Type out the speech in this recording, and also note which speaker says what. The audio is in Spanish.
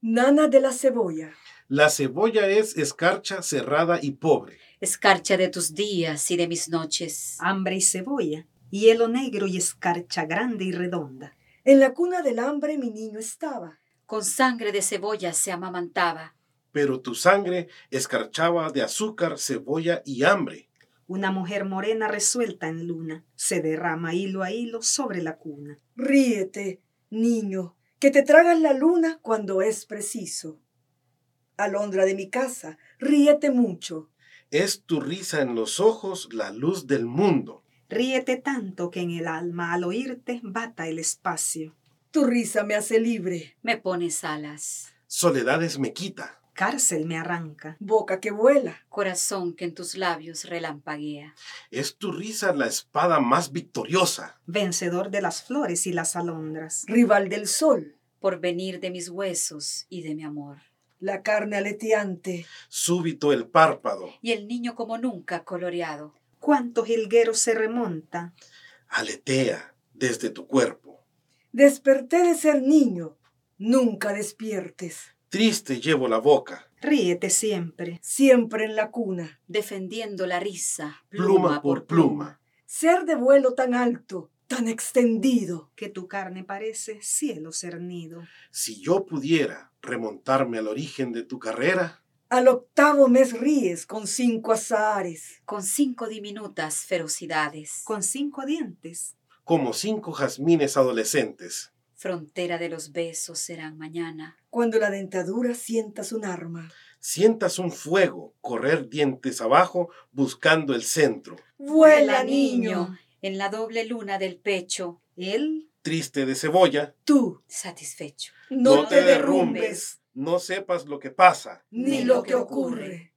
Speaker 1: Nana de la cebolla,
Speaker 2: La cebolla es escarcha, cerrada y pobre.
Speaker 3: escarcha de tus días y de mis noches,
Speaker 4: hambre y cebolla, hielo negro y escarcha grande y redonda.
Speaker 1: en la cuna del hambre mi niño estaba.
Speaker 3: con sangre de cebolla se amamantaba,
Speaker 2: Pero tu sangre escarchaba de azúcar, cebolla y hambre.
Speaker 4: Una mujer morena resuelta en luna se derrama hilo a hilo sobre la cuna.
Speaker 1: Ríete, niño, que te tragas la luna cuando es preciso. Alondra de mi casa, ríete mucho.
Speaker 2: Es tu risa en los ojos la luz del mundo.
Speaker 4: Ríete tanto que en el alma al oírte bata el espacio.
Speaker 1: Tu risa me hace libre,
Speaker 3: me pones alas,
Speaker 2: Soledades me quita.
Speaker 4: Cárcel me arranca.
Speaker 1: boca que vuela.
Speaker 3: corazón que en tus labios relampaguea,
Speaker 2: Es tu risa la espada más victoriosa.
Speaker 4: Vencedor de las flores y las alondras.
Speaker 1: Rival del sol,
Speaker 3: por venir de mis huesos y de mi amor.
Speaker 1: la carne aleteante.
Speaker 2: Súbito el párpado.
Speaker 3: Y el niño como nunca coloreado,
Speaker 4: Cuánto jilguero se remonta.
Speaker 2: Aletea desde tu cuerpo.
Speaker 1: Desperté de ser niño, nunca despiertes.
Speaker 2: Triste llevo la boca.
Speaker 4: Ríete siempre.
Speaker 1: Siempre en la cuna.
Speaker 3: defendiendo la risa,
Speaker 2: Pluma por pluma.
Speaker 1: Ser de vuelo tan alto, tan extendido.
Speaker 4: Que tu carne parece cielo cernido.
Speaker 2: Si yo pudiera remontarme al origen de tu carrera,
Speaker 1: Al octavo mes ríes con cinco azahares.
Speaker 3: con cinco diminutas ferocidades,
Speaker 4: Con cinco dientes.
Speaker 2: como cinco jazmines adolescentes,
Speaker 3: frontera de los besos serán mañana,
Speaker 1: Cuando la dentadura sientas un arma.
Speaker 2: sientas un fuego correr dientes abajo buscando el centro.
Speaker 1: Vuela,
Speaker 3: Vuela,
Speaker 1: niño.
Speaker 3: en la doble luna del pecho,
Speaker 4: Él
Speaker 2: Triste de cebolla,
Speaker 1: Tú,
Speaker 3: satisfecho.
Speaker 1: no,
Speaker 3: No
Speaker 1: te
Speaker 3: te
Speaker 1: derrumbes,
Speaker 2: no sepas lo que pasa.
Speaker 1: ni lo que ocurre.